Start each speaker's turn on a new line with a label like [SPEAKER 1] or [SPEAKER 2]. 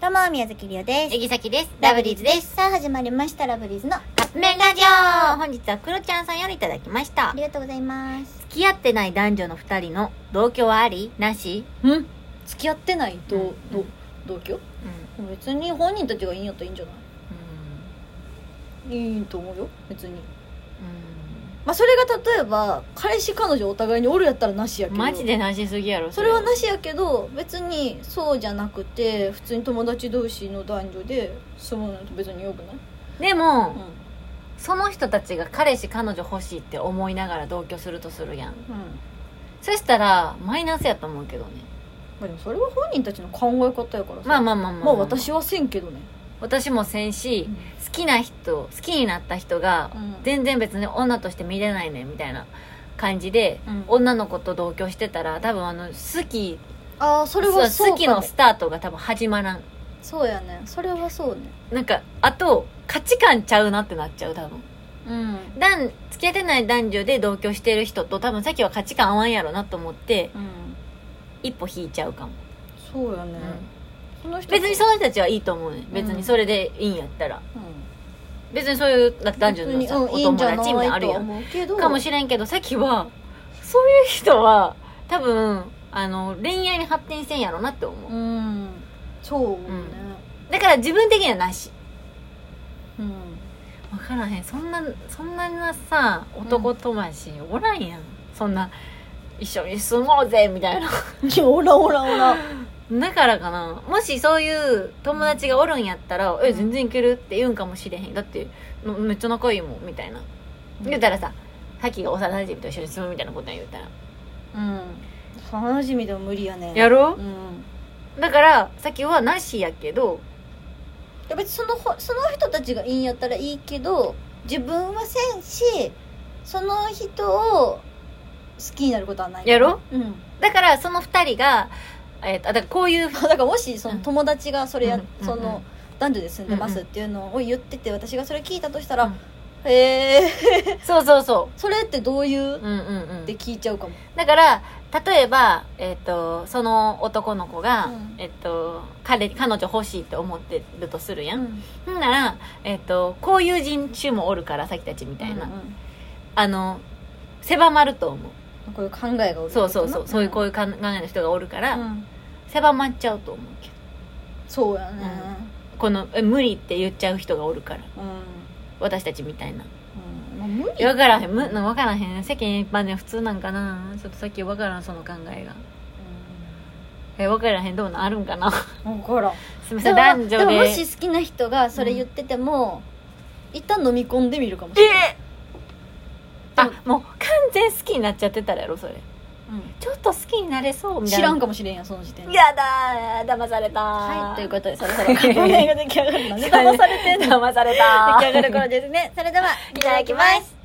[SPEAKER 1] どうも、宮崎りおです。
[SPEAKER 2] えぎさきです。ラブリーズです。
[SPEAKER 1] さあ、始まりました、ラブリーズの。あ
[SPEAKER 2] カップ麺ラジオ本日はクロちゃんさんよりいただきました。
[SPEAKER 1] りがとうございます。
[SPEAKER 2] 付き合ってない男女の二人の同居はありなし
[SPEAKER 3] うん付き合ってないと、
[SPEAKER 2] うん
[SPEAKER 3] ど同居
[SPEAKER 2] うん。
[SPEAKER 3] 別に本人たちがいいんやったらいいんじゃないいいと思うよ別にまあそれが例えば彼氏彼女お互いにおるやったらなしやけど
[SPEAKER 2] マジでなしすぎやろ。
[SPEAKER 3] それはなしやけど別にそうじゃなくて普通に友達同士の男女で住むのと別によくない、
[SPEAKER 2] でも、
[SPEAKER 3] うん
[SPEAKER 2] その人たちが彼氏彼女欲しいって思いながら同居するとするやん。そしたら、マイナスやと思うけどね。
[SPEAKER 3] まあ、でもそれは本人たちの考え方やからさ
[SPEAKER 2] まあまあまあまあ、
[SPEAKER 3] まあ私はせんけどね、
[SPEAKER 2] 私もせんし、好きな人、好きになった人が、
[SPEAKER 3] うん
[SPEAKER 2] 全然別に女として見れないねんみたいな感じで、
[SPEAKER 3] うん
[SPEAKER 2] 女の子と同居してたら多分あの好き
[SPEAKER 3] ああそれは
[SPEAKER 2] そう
[SPEAKER 3] そう
[SPEAKER 2] 好き
[SPEAKER 3] か
[SPEAKER 2] の
[SPEAKER 3] も
[SPEAKER 2] スタートが多分始まらん
[SPEAKER 3] そうやねそれはそうね
[SPEAKER 2] なんかあと価値観ちゃうなってなっちゃう多分
[SPEAKER 3] うん
[SPEAKER 2] 男付き合ってない男女で同居してる人と多分さっきは価値観合わんやろなと思って
[SPEAKER 3] うん
[SPEAKER 2] 一歩引いちゃうかも、
[SPEAKER 3] そうやね、
[SPEAKER 2] うん
[SPEAKER 3] その人
[SPEAKER 2] 別にその人たちはいいと思うねん別にそれでいいんやったら別にそういうだって男女のさ、
[SPEAKER 3] うん
[SPEAKER 2] お
[SPEAKER 3] いいん
[SPEAKER 2] 友
[SPEAKER 3] じゃ
[SPEAKER 2] 達みたい
[SPEAKER 3] な
[SPEAKER 2] なのあ
[SPEAKER 3] い
[SPEAKER 2] る
[SPEAKER 3] と
[SPEAKER 2] やん
[SPEAKER 3] 思うけど
[SPEAKER 2] かもしれんけどさっきはそういう人は多分あの恋愛に発展してんやろなって思う、
[SPEAKER 3] うんそうね
[SPEAKER 2] だから自分的にはなし
[SPEAKER 3] うん、
[SPEAKER 2] 分からへんそんなそんなにはさ男友達おらんやん、そんな一緒に住もうぜみたいな
[SPEAKER 3] いやおらおらおら
[SPEAKER 2] だからかなもしそういう友達がおるんやったら「え全然いける」って言うんかもしれへんだってのめっちゃ仲いいもんみたいな言うたらささっきが幼馴染と一緒に住むみたいなことや言うたら
[SPEAKER 3] うん幼馴染でも無理やね
[SPEAKER 2] やろ
[SPEAKER 3] うん
[SPEAKER 2] だからさっきはなしやけど
[SPEAKER 3] いや別にそのほその人たちがいいんやったらいいけど自分はせんしその人を好きになることはない
[SPEAKER 2] やろ
[SPEAKER 3] うん
[SPEAKER 2] だからその2人が、えーとあだからこういう
[SPEAKER 3] だからもしその
[SPEAKER 2] うん
[SPEAKER 3] 友達がそれや、
[SPEAKER 2] うんうん
[SPEAKER 3] その男女で住んでますっていうのを言ってて私がそれ聞いたとしたら、
[SPEAKER 2] うん
[SPEAKER 3] えー、
[SPEAKER 2] そうそうそ
[SPEAKER 3] それってどういう、
[SPEAKER 2] ううんうんうん
[SPEAKER 3] って聞いちゃうかも
[SPEAKER 2] だから例えば、えっとその男の子が、
[SPEAKER 3] うん
[SPEAKER 2] えっと彼彼女欲しいって思ってるとするや、
[SPEAKER 3] うん
[SPEAKER 2] ほん、なら、えっとこういう人種もおるからさきたちみたいな、
[SPEAKER 3] うんうん
[SPEAKER 2] あの狭まると思う
[SPEAKER 3] こういう考えがおる
[SPEAKER 2] そうそうそうそういうこう
[SPEAKER 3] い
[SPEAKER 2] いう考えの人がおるから、
[SPEAKER 3] うん
[SPEAKER 2] 狭まっちゃうと思うけど
[SPEAKER 3] そうやね
[SPEAKER 2] このえ無理って言っちゃう人がおるから
[SPEAKER 3] うん、うん
[SPEAKER 2] 私たちみたいな
[SPEAKER 3] まあ、無理
[SPEAKER 2] 分からへんむな分からへん世間一般で普通なんかなちょっとさっき分からんその考えがえ分からへんどうなんあるんかな
[SPEAKER 3] うん分からん
[SPEAKER 2] すみま
[SPEAKER 3] で
[SPEAKER 2] せん
[SPEAKER 3] も
[SPEAKER 2] 男女で
[SPEAKER 3] でももし好きな人がそれ言ってても、一旦飲み込んでみるかもしれない、
[SPEAKER 2] えあもう完全好きになっちゃってたらやろそれ
[SPEAKER 3] うん
[SPEAKER 2] ちょっと好きになれそうみたい
[SPEAKER 3] 知
[SPEAKER 2] な
[SPEAKER 3] らんかもしれんやんその時点で
[SPEAKER 2] やだー騙された
[SPEAKER 3] はいという
[SPEAKER 2] こ
[SPEAKER 3] ことでそろそろカップ 麺が出来上がるなんで騙されてんの
[SPEAKER 2] 騙された
[SPEAKER 3] 出来上がる頃ですねそれではいい
[SPEAKER 2] た
[SPEAKER 3] た
[SPEAKER 2] だ
[SPEAKER 3] だ
[SPEAKER 2] き
[SPEAKER 3] き
[SPEAKER 2] ま
[SPEAKER 3] ます